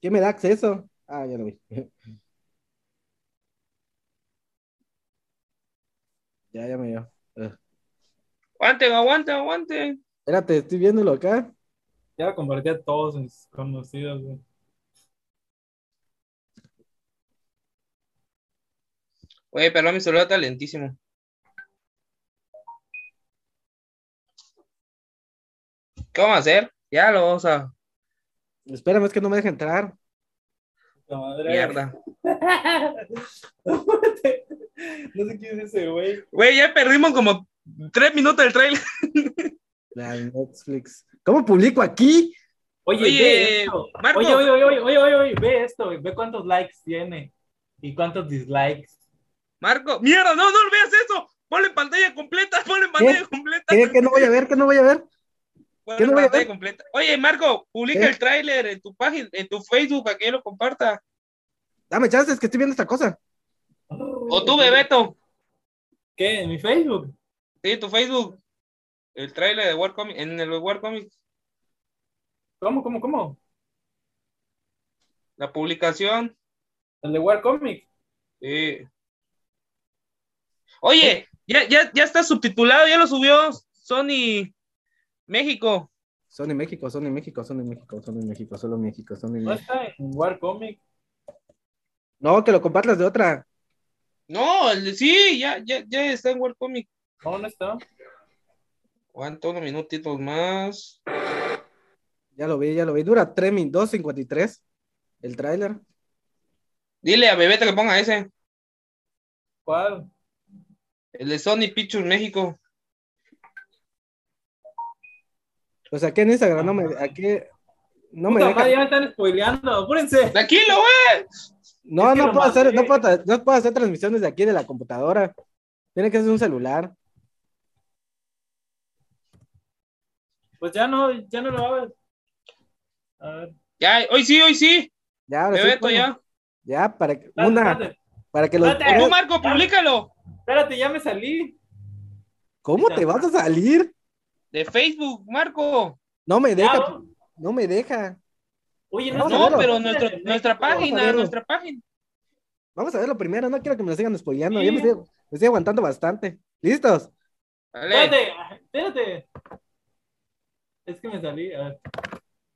¿Qué me da acceso? Ah, ya lo vi. Ya, ya me dio. Ah, Aguanten, aguanten, aguanten. Espérate, estoy viéndolo acá. Ya lo compartí a todos mis conocidos, güey. Güey, perdón, mi celular está lentísimo. ¿Qué vamos a hacer? Ya lo vamos a. Espérame, es que no me deja entrar. Puta madre. Mierda. no sé quién es ese, güey. Güey, ya perdimos como tres minutos del trailer. La Netflix. ¿Cómo publico aquí? Oye, Oye, ve esto. Marco. Oye, oye, oye, oye, oye, oye, oye, ve esto, güey. ve cuántos likes tiene y cuántos dislikes. Marco, mierda, no, no veas eso. Ponle en pantalla completa, ponle en pantalla completa. ¿Qué, qué no voy a ver? ¿Qué no voy a ver? Ponle ¿Qué en no voy a pantalla ver? completa. Oye, Marco, publica ¿Qué? el tráiler en tu página, en tu Facebook para que yo lo comparta. Dame chances que estoy viendo esta cosa. O tú, Bebeto, ¿Qué? ¿En mi Facebook? sí, tu Facebook. El tráiler de War Comics, en el War Comics, ¿Cómo, cómo, cómo? la publicación. ¿El de War Comics? Sí. Oye, ya, ya, ya está subtitulado, ya lo subió Sony México. Sony México, Sony México, Sony México, Sony México, solo México, Sony ¿No México. está en War Comics? No, que lo compartas de otra. No, el de- sí, ya, ya, ya está en War Comics. No, no está. Aguanta unos minutitos más. Ya lo vi, ya lo vi. Dura 3 minutos, 2.53 el tráiler. Dile a Bebeto que ponga ese. ¿Cuál? El de Sony Pictures México. Pues aquí en Instagram no me, aquí no me Puta madre, deja. ya me están spoileando, apúrense. Tranquilo, güey. No, Es que no lo puedo hacer, mandé. no puedo, tra- no puedo hacer transmisiones de aquí de la computadora. Tiene que ser un celular. Pues ya no, ya no lo hagas. A ver. Ya, hoy sí, hoy sí. Ya, ahora Ah, sí, Bebeto, bueno. ya. Ya, para que, Espérate, una, espérate, para que los. Espérate. Tú, Marco, públicalo. espérate, ya me salí. ¿Cómo te vas a salir? De Facebook, Marco. No me Ya, deja, Ah, vamos. no me deja. Oye, no, Vamos a No, verlo. pero nuestro- nuestra página, verlo. nuestra página. Vamos a verlo primero, no quiero que me lo sigan spoileando. Sí. Yo me estoy, me estoy aguantando bastante. ¿Listos? Dale. Espérate, espérate. Es que me salí. A ver.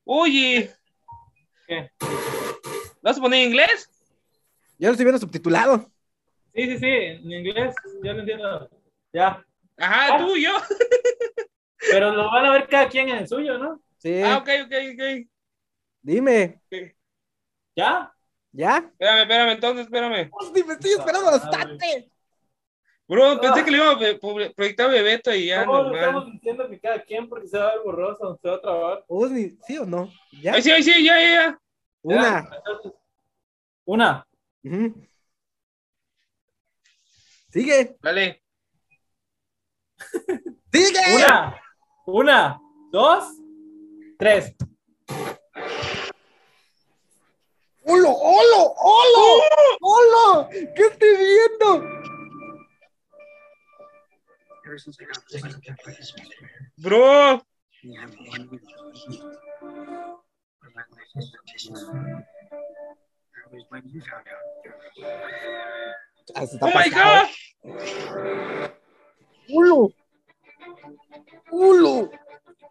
Oye. ¿Qué? ¿Lo vas a poner en inglés? Yo lo estoy viendo subtitulado. Sí, sí, sí, en inglés, yo lo entiendo. Ya. Ajá, Ah. tú y yo. Pero lo van a ver cada quien en el suyo, ¿no? Sí. Ah, ok, ok, ok. Dime. ¿Ya? ¿Ya? Espérame, espérame, entonces, espérame. Hostia, me estoy esperando bastante. Bro, pensé Ah. que le íbamos a pe- pu- proyectar Bebeto y ya, No, normal. estamos diciendo que cada quien porque se va a ver borroso, se va a trabar. Hosni, ¿sí o no? ¿Ya? Ahí sí, ahí sí, ya, ya, ya. Una. Ya, entonces, Una. Ujú. Sigue, Dale. sigue. Una. Una. Dos. Tres. ¡Holo, holo, holo! ¡Holo! ¿Qué estoy viendo? Bro. Ah, se está Oh my pasando. God. ¡Holo! ¡Holo!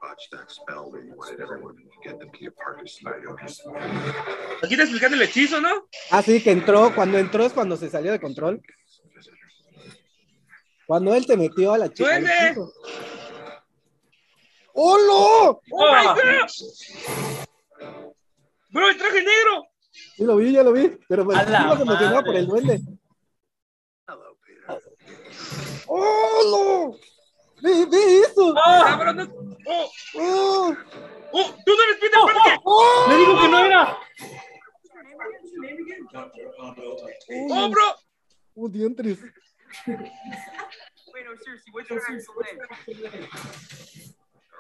Botch that spell where you wanted everyone to get them to your Parker Snyder's. Aquí está explicando el hechizo, ¿no? Ah, sí, que entró. Cuando entró es cuando se salió de control. Cuando él te metió a la chica. ¡Duende! al chico. ¡Holo! Oh my Ah. God. Bro, el traje negro. Sí, lo vi, ya lo vi. Pero pues, A sí, la más emocionado madre. por el duende. Hello, Peter. ¡Holo! ¡Ve, ve eso! Ah, ¡Ah! bro, no. Oh, ¡Oh! oh, tú no eres Peter Parker. ¡Oh! ¡Le digo que no era! Oh, bro. ¡Oh, diantres! There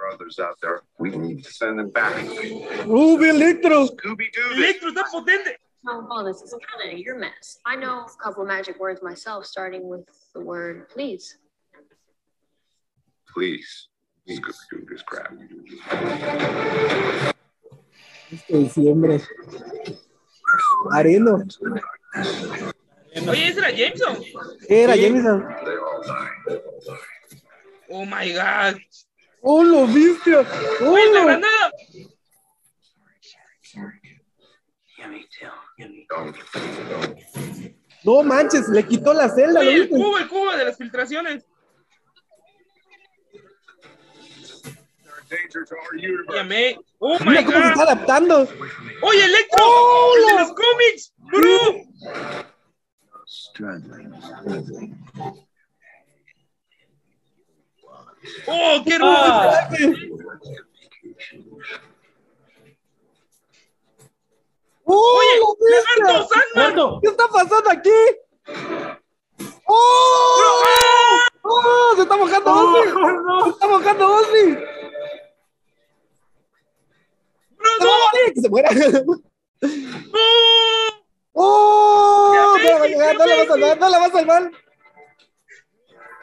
are others out there. We need to send them back. ¡Oh, ve Electro! Scooby Doo this. Electro está potente. Oh, well, this is kind of your mess. I know a couple magic words myself, starting with the word please. Please. Scooby Doo this crap. Este diciembre. Areno. Oye, ¿ese era Jameson? Era Sí. Jameson. Oh my god. ¡Oh, lo viste! ¡Oh, Oye, la lo- granada. No manches, le quitó la celda. ¿lo Oye, oh el viste? cubo, el cubo de las filtraciones. Danger to our universe. Llamé. Oh my Mira cómo se está god. adaptando. Oye, Electro. el de los cómics. Bro. Oh, qué rudo. Ah. ¡Oh, Oye, lo viste! Lagarto, Sandman. ¡Muerto! ¿Qué está pasando aquí? ¡Oh! ¡Oh! ¡Se está mojando Ozzy! ¡Se está mojando Ozzy! ¡Se va Bro, no. a morir! ¡Que se muera! No. ¡Oh! ¡Qué No la va a salvar, amazing, no la va a salvar, no la va a salvar.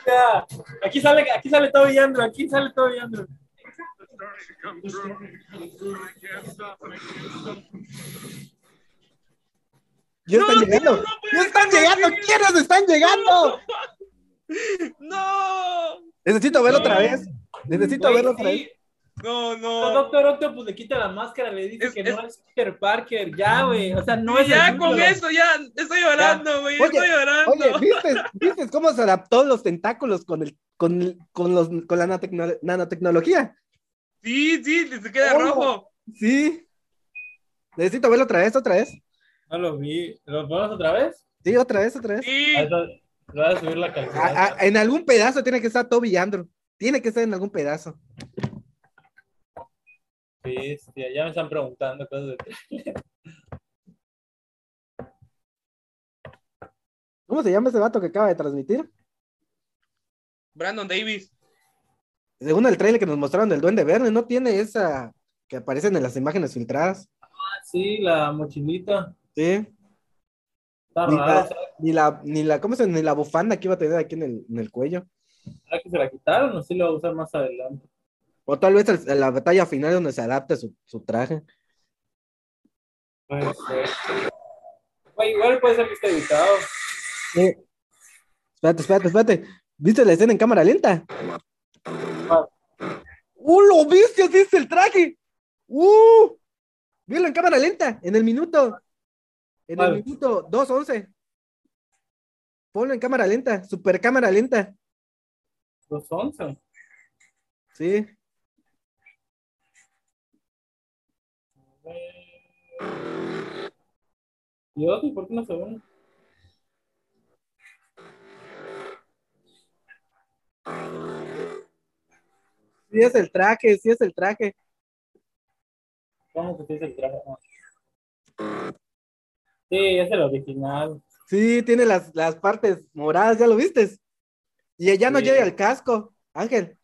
Ya. Aquí sale, aquí sale Toby Andrew, aquí sale Toby Andrew. Come through. I can't stop it. I can't stop it. Ya No, están no, llegando. no, pues, ya están no, llegando. sí. ¿Quiénes están llegando? No. Necesito verlo otra No. vez. Necesito Güey, verlo otra sí. vez. No, Todo no. Toronto pues le quita la máscara, le dice Es- que es- no es Peter Parker, ya, güey. O sea, no es ya el con número. eso, ya estoy llorando, güey. Oye, Estoy llorando. Oye, ¿viste, ¿viste cómo se adaptó los tentáculos con el con, el- con los con la nanotecno- nanotecnología? Sí, sí, se queda Oh. rojo. Sí. Necesito verlo otra vez, otra vez. No lo vi. ¿Lo ponemos otra vez? Sí, otra vez, otra vez. Sí. Ahí está. Le voy a subir la calidad. A- a- en algún pedazo tiene que estar Toby Andrew. Tiene que estar en algún pedazo. Bestia, ya me están preguntando cosas de ¿Cómo se llama ese vato que acaba de transmitir? Brandon Davis. Según el trailer que nos mostraron del Duende Verde, no tiene esa que aparecen en las imágenes filtradas. Ah, Sí, la mochilita. Sí. Está Ni rara. la- Ni la, ni la, ¿cómo se, ni la bufanda que iba a tener aquí en el, en el cuello. ¿Será que se la quitaron o sí la va a usar más adelante? O tal vez al- a la batalla final donde se adapta su, su traje. Puede ser. Güey, igual puede ser que esté editado. Sí. Espérate, espérate, espérate. ¿Viste la escena en cámara lenta? Ah. ¡Uh, lo viste! ¡Viste el traje! ¡Uh! Velo en cámara lenta, en el minuto. En ¿Cuál? el minuto 2.11. Ponlo en cámara lenta, super cámara lenta. Los 11. Sí. Dios, ¿y por qué no se ven? Sí es el traje, sí es el traje. ¿Cómo que se dice el traje? Ah. Sí, es el original. Sí, tiene las, las partes moradas, ya lo viste. Y ya no Sí. lleva el casco, Ángel.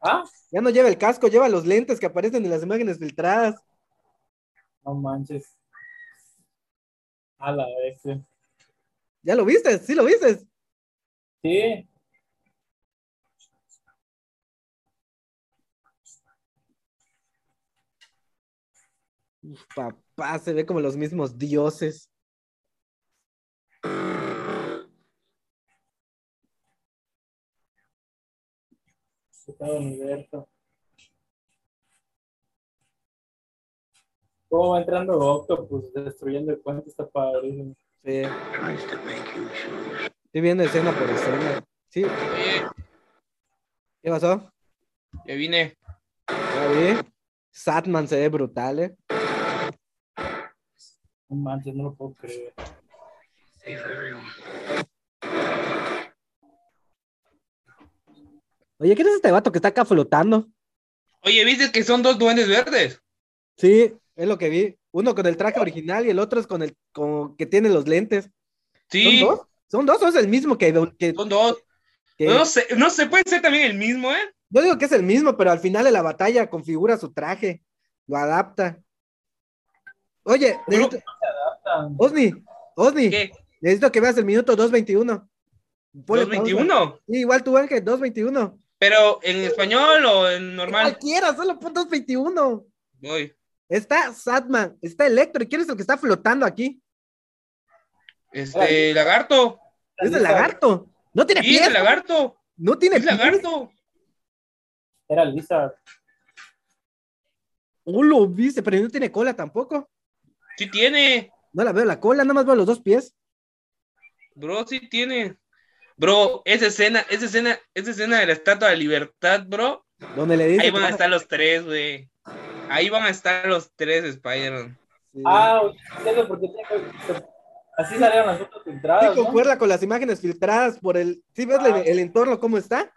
Ah, Ya no lleva el casco, lleva los lentes que aparecen en las imágenes filtradas. no manches. A la vez. Sí. Ya lo viste, sí lo viste. Sí. Uf, papá, se ve como los mismos dioses. Estado universo. ¿Cómo va entrando Octopus destruyendo el puente? Está padrísimo. Sí, Tries to make you choose. estoy viendo escena por escena. Sí, Oye, ¿qué pasó? ya vine. Ya vi. Satman se ve brutal, ¿eh? No manches, no lo puedo creer. Save everyone. Oye, ¿quién es este vato que está acá flotando? Oye, ¿viste que son dos duendes verdes? Sí, es lo que vi. Uno con el traje original y el otro es con el con, que tiene los lentes. Sí, ¿Son dos? ¿Son dos o es el mismo que, que, son dos. que- No sé, no sé, puede ser también el mismo, ¿eh? Yo digo que es el mismo, pero al final de la batalla configura su traje, lo adapta. Oye, necesito- Tan- Osni, Osni, ¿Qué? necesito que veas el minuto 2.21. Ponle pausa. ¿221? Sí, igual tú, Ángel, 2.21. ¿Pero en español o en normal? Cualquiera, solo pon 2.21. Voy. Está Satman, está Electro. ¿Quién es el que está flotando aquí? Este, lagarto. Es el lagarto. No tiene Sí, es pies. el lagarto. No tiene Es pies. lagarto. Era Lizard. Oh, lo viste, pero no tiene cola tampoco. Sí tiene. No la veo la cola, nada más veo los dos pies. Bro, sí tiene. Bro, esa escena, esa escena, esa escena de la Estatua de Libertad, bro. Donde le dice. Ahí que van a pasa- estar los tres, güey. Ahí van a estar los tres, Spider-Man. Sí. Ah, entiendo por qué tengo- Así salieron las fotos filtradas. Sí, ah, ¿no? concuerda con las imágenes filtradas por el. ¿Sí ves Ah. el, el entorno cómo está?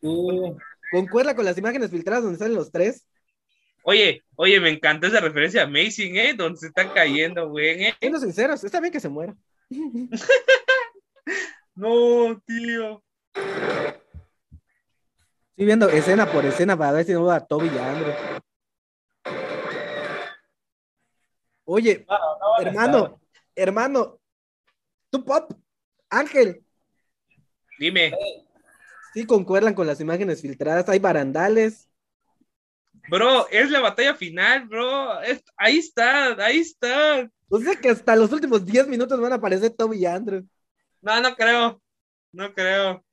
Sí. Concuerda con las imágenes filtradas donde salen los tres. Oye, oye, me encantó esa referencia a Amazing, ¿eh? Donde se están cayendo, güey. ¿eh? Siendo sinceros, está bien que se muera. No, tío. Estoy viendo escena por escena para ver si no va a Toby y a Andrew. Oye, No, no van a hermano, hermano, tu pop, Ángel, Dime, sí concuerdan con las imágenes filtradas, hay barandales. bro, es la batalla final, bro. Es- ahí está, ahí está. O sea que hasta los últimos 10 minutos van a aparecer Toby y Andrew. No, no creo. No creo.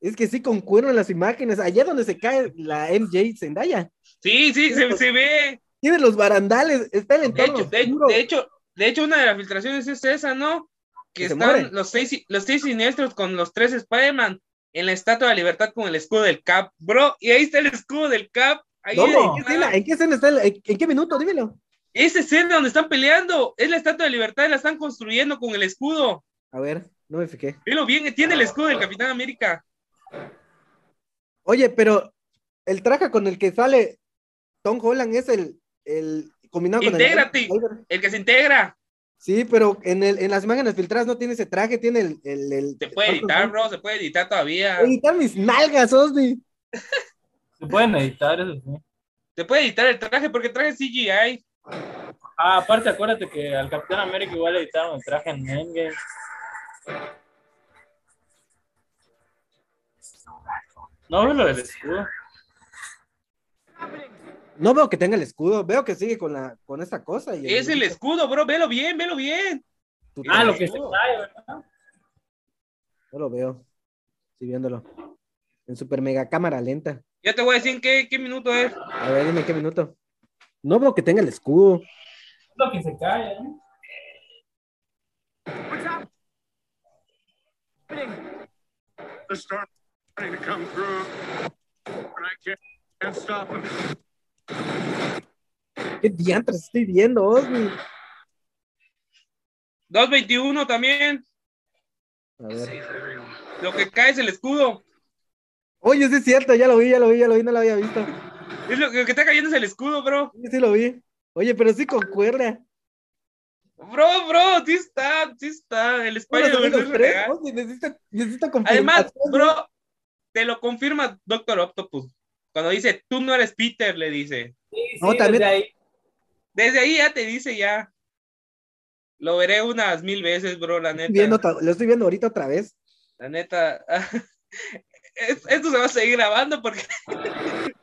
Es que sí concuerdan las imágenes, allá donde se cae la MJ Zendaya. Sí, sí, pues se, se ve. Tiene los barandales, está el De entorno. hecho, de, oscuro. de hecho, de hecho, una de las filtraciones es esa, ¿no? Que Que se están mueren. los seis, los seis siniestros con los tres Spider-Man en la Estatua de la Libertad con el escudo del Cap, bro. Y ahí está el escudo del Cap. Ahí ¿Cómo? ¿En qué está. escena, ¿En qué escena está? el- en, en qué minuto? Dímelo. Esa escena donde están peleando es la Estatua de la Libertad, la están construyendo con el escudo. A ver, no me fijé. Pero bien, tiene el escudo del Capitán América. Oye, pero el traje con el que sale Tom Holland es el, el combinado con el. Intégrate. Spider. El que se integra. Sí, pero en, el, en las imágenes filtradas no tiene ese traje, tiene el. el, el- Se puede editar, bro, se puede editar todavía. Editar mis nalgas, Osni. Se pueden editar eso. sí. Se puede editar el traje porque el traje es CGI. Ah, aparte, acuérdate que al Capitán América igual editaron el traje en Endgame. No veo lo del escudo. No veo que tenga el escudo, veo que sigue con la con esta cosa. Y Es el escudo, bro. Velo bien, velo bien. tu Ah, traje. lo que se cae, ¿verdad? No lo veo. Estoy viéndolo. En super mega cámara lenta. Ya te voy a decir en qué, qué minuto es. A ver, dime qué minuto. No veo que tenga el escudo. Es lo que se cae, ¿eh? The storm trying to come through, and I can't, can't stop them. ¿Qué diantres estoy viendo, Osni? 2.21 también. A ver. Lo que cae es el escudo. Oye, sí es cierto, ya lo vi, ya lo vi, ya lo vi, no lo había visto. Es lo, lo que está cayendo es el escudo, bro. Sí, sí lo vi. Oye, pero sí concuerda. Bro, bro, sí está, sí está. El Bueno, son Spider-Man los es tres, real. ¿no? Sí, necesito, necesito confirmación. Además, bro, te lo confirma Doctor Octopus. Cuando dice, tú no eres Peter, le dice. Sí, sí, No, también- desde ahí. Desde ahí ya te dice ya. Lo veré unas mil veces, bro, la neta. Estoy viendo otra- lo estoy viendo ahorita otra vez. La neta. Es- Esto se va a seguir grabando porque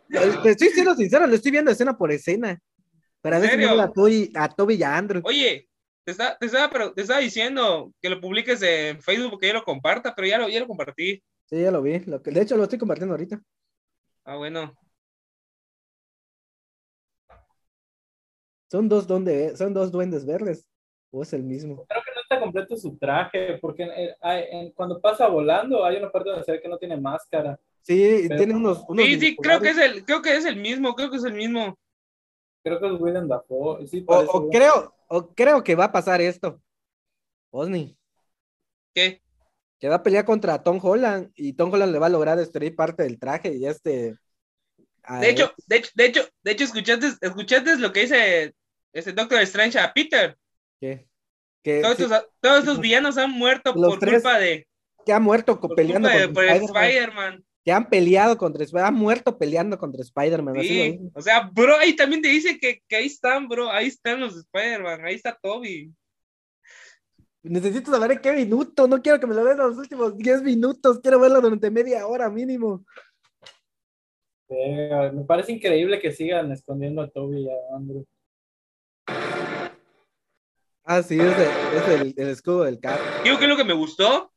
Te estoy siendo sincero, lo estoy viendo escena por escena. Para ¿En ver si serio? no a Toby, a Toby y a Andrew. Oye, te estaba, te estaba, pero te estaba diciendo que lo publiques en Facebook, que yo lo comparta, pero ya lo, ya lo compartí. Sí, ya lo vi. Lo que, de hecho, lo estoy compartiendo ahorita. Ah, bueno. Son dos, donde, son dos duendes verdes. O es el mismo. Creo que no está completo su traje, porque en- en- hay- en- cuando pasa volando hay una parte donde se ve que no tiene máscara. Sí, Pero- tiene unos. unos Sí, sí, creo que binoculares. es el, creo que es el mismo, creo que es el mismo. Creo que es Willem Dafoe. Sí, O, parece o Willem- creo, o creo que va a pasar esto. Osni, ¿Qué? que va a pelear contra Tom Holland y Tom Holland le va a lograr destruir parte del traje y este. a- De hecho, de hecho, de hecho, de hecho, escuchaste, escuchaste lo que dice este Doctor Strange a Peter. que, que, Todos, Eh, sí, estos, todos estos villanos han muerto Los por tres culpa de, que ha muerto co- por peleando culpa de por contra Spider-Man, Spider-Man. que han peleado contra Spider-Man, han muerto peleando contra Spider-Man. así lo Sí, digo. o sea, bro, ahí también te dice que, que ahí están, bro, ahí están los Spider-Man, ahí está Toby. Necesito saber en qué minuto, no quiero que me lo den los últimos 10 minutos, quiero verlo durante media hora mínimo. Verga, Me parece increíble que sigan escondiendo a Toby y a Andrew. Ah, sí, es, el- es el, el escudo del Cap. Digo que es lo que me gustó.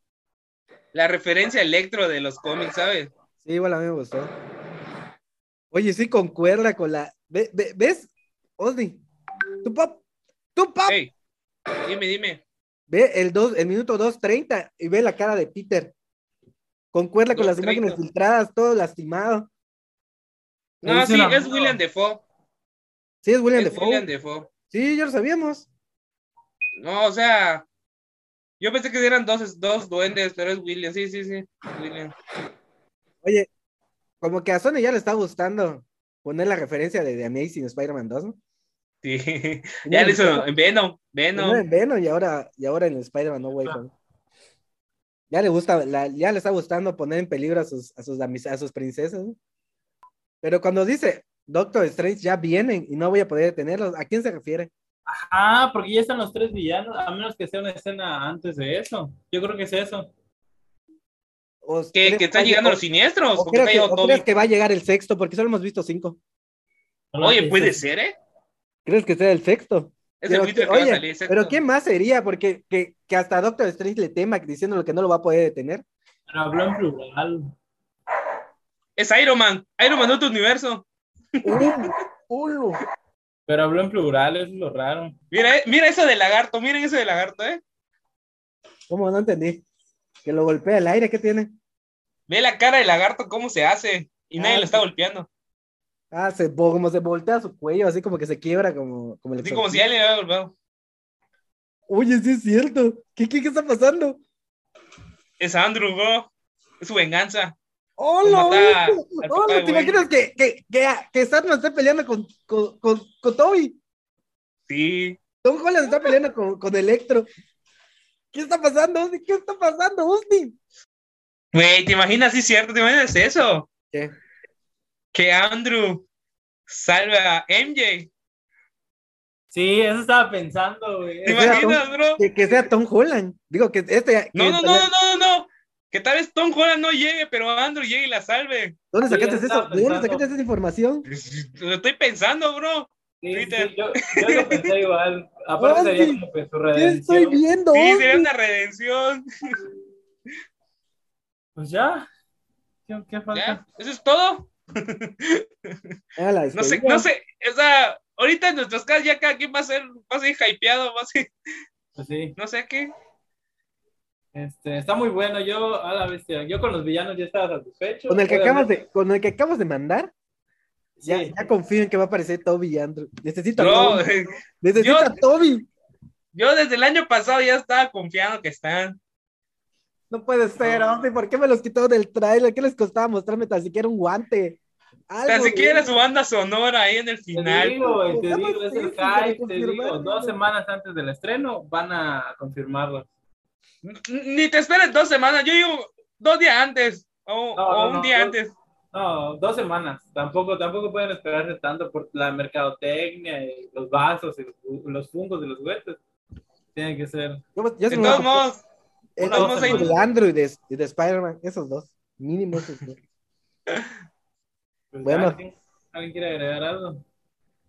La referencia a electro de los cómics, ¿sabes? Sí, igual a mí me gustó. Oye, sí concuerda con la. ve- ve- ¿Ves? Osni. Tu pop. Tu pop. Hey, dime, dime. Ve el, dos, el minuto 2.30 y ve la cara de Peter. Concuerda con las 2:30. imágenes filtradas, todo lastimado. No, Es sí, una- es William Defoe. Sí, es William Es Defoe. William Defoe. Sí, ya lo sabíamos. No, o sea, yo pensé que eran dos, dos duendes, pero es William. Sí, sí, sí. William. Oye, como que a Sony ya le está gustando poner la referencia de The Amazing Spider-Man 2, ¿no? Sí. Ya le hizo en Venom. Primero Venom. en Venom y ahora, y ahora en Spider-Man No Way Home. Ya le gusta, la- ya le está gustando poner en peligro a sus, a sus, amis- a sus princesas. ¿no? Pero cuando dice Doctor Strange ya vienen y no voy a poder detenerlos, ¿a quién se refiere? Ah, porque ya están los tres villanos, a menos que sea una escena antes de eso. Yo creo que es eso. ¿O Que, crees que están hay- llegando o- los siniestros. o ¿O que crees está que, llegando o crees Toby? que va a llegar el sexto? Porque solo hemos visto cinco. Oye, pues, puede ser, ¿eh? ¿Crees que sea el sexto? Es Pero el mito que- que va a oye, salir. sexto. Pero ¿quién más sería? Porque que, que hasta Doctor Strange le tema diciéndole que no lo va a poder detener. Pero habló en plural. Es Iron Man. Iron Man de otro universo. Pero habló en plural, eso es lo raro. Mira, eh, mira eso de lagarto. Miren eso de lagarto, ¿eh? ¿Cómo no entendí? Que lo golpea el aire, ¿qué tiene? Ve la cara de lagarto cómo se hace. Y nadie Ah, lo está golpeando. Ah, se, vo- como se voltea su cuello, así como que se quiebra, como, como el Así como si exorcista. alguien le hubiera golpeado. Oye, sí es cierto. ¿Qué, qué, qué está pasando? Pues Es Andrew, bro. Es su venganza. ¡Hola! mata hijo! al papá ¡Hola! ¿Te de Wayne. imaginas que, que, que, que Sandman está peleando con, con, con, con Toby? Sí. Tom Holland está peleando con, con Electro. ¿Qué está pasando, Usti? ¿Qué está pasando, Usti? Güey, ¿te imaginas? Sí, es cierto. ¿Te imaginas eso? ¿Qué? Que Andrew salva a MJ. Sí, eso estaba pensando, güey. ¿Te Ese era imaginas, bro? Que, que sea Tom Holland. Digo que este. No, que- no, no, no, no, no. Que tal vez Tom Holland no llegue, pero Andrew llegue y la salve. ¿Dónde Sí, sacaste eso eso? estaba ¿De dónde pensando. sacaste esa información? Lo estoy pensando, bro. Sí, sí, Twitter. yo, yo lo pensé igual. Aparte Ay, sería como que su ¿Qué Ah, estoy redención. viendo? Sí, Usti? sería una redención. Pues ya. ¿Qué, qué falta? ¿Ya? ¿Eso es todo? Ah, la No sé, despedida. no sé. O sea, ahorita en nuestros casos ya cada quien va a ser, va a ser hypeado, va a ser, Pues sí. no sé qué. Este, está muy bueno. Yo, a la bestia, yo con los villanos ya estaba satisfecho. Con el que Obviamente, acabas de, con el que acabas de mandar. sí. Ya, ya confío en que va a aparecer Toby y Andrew. Necesito a Bro, Toby. Necesito eh, yo- a Toby. yo desde el año pasado ya estaba confiando que están. No puede ser, hombre. ¿Por qué me los quitó del trailer? ¿Qué les costaba mostrarme tan siquiera un guante? Algo, Tan siquiera güey. su banda sonora ahí en el Te final. digo, güey, te Estamos digo, es el difíciles de hype, te digo, confirmar, dos güey. semanas antes del estreno van a confirmarlo. Ni te esperes dos semanas, yo digo dos días antes o, No, o no, un no, día yo- antes. No, dos semanas. Tampoco, tampoco pueden esperarse tanto por la mercadotecnia y los vasos y los- los fungos de los juguetes. Tiene que ser. Yo, yo De sí me voy a todos comprar modos, el todos outfit modos hay- de Andrew y de, y de Spider-Man. Esos dos. Mínimo esos dos. pues, Bueno. ¿alguien, alguien quiere agregar algo?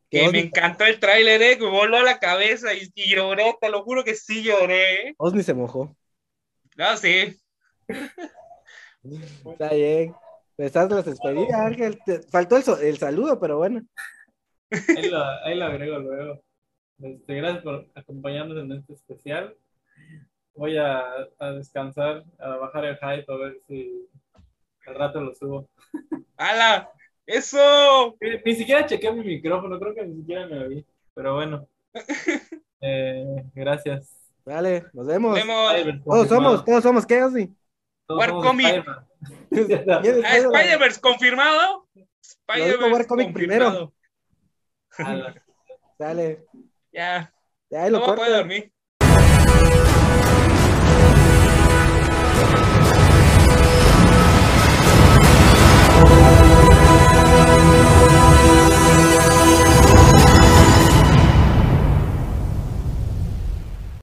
que me Osni, encantó el tráiler, eh, que voló la cabeza y, y lloré, te lo juro que sí lloré. eh. Osni se mojó. No, sí. Está bien. Pues haz las despedidas, Ángel. Te- faltó el, so- el saludo, pero bueno. Ahí lo, ahí lo agrego luego. Este, gracias por acompañarnos en este especial. Voy a, a descansar, a bajar el hype, a ver si al rato lo subo. ¡Hala! ¡Eso! Ni ni siquiera chequé mi micrófono, creo que ni siquiera me oí. Pero bueno. Eh, gracias. Vale, nos vemos. Nos Pues, vemos. Todos somos, todos somos, ¿qué, Osni? Todos War somos Comic. Spider-Man. Ah, Spider-Verse confirmado. War Spider-Verse Comic primero. confirmado. A la- Dale. Ya, Ahí no lo me corto. puedo dormir.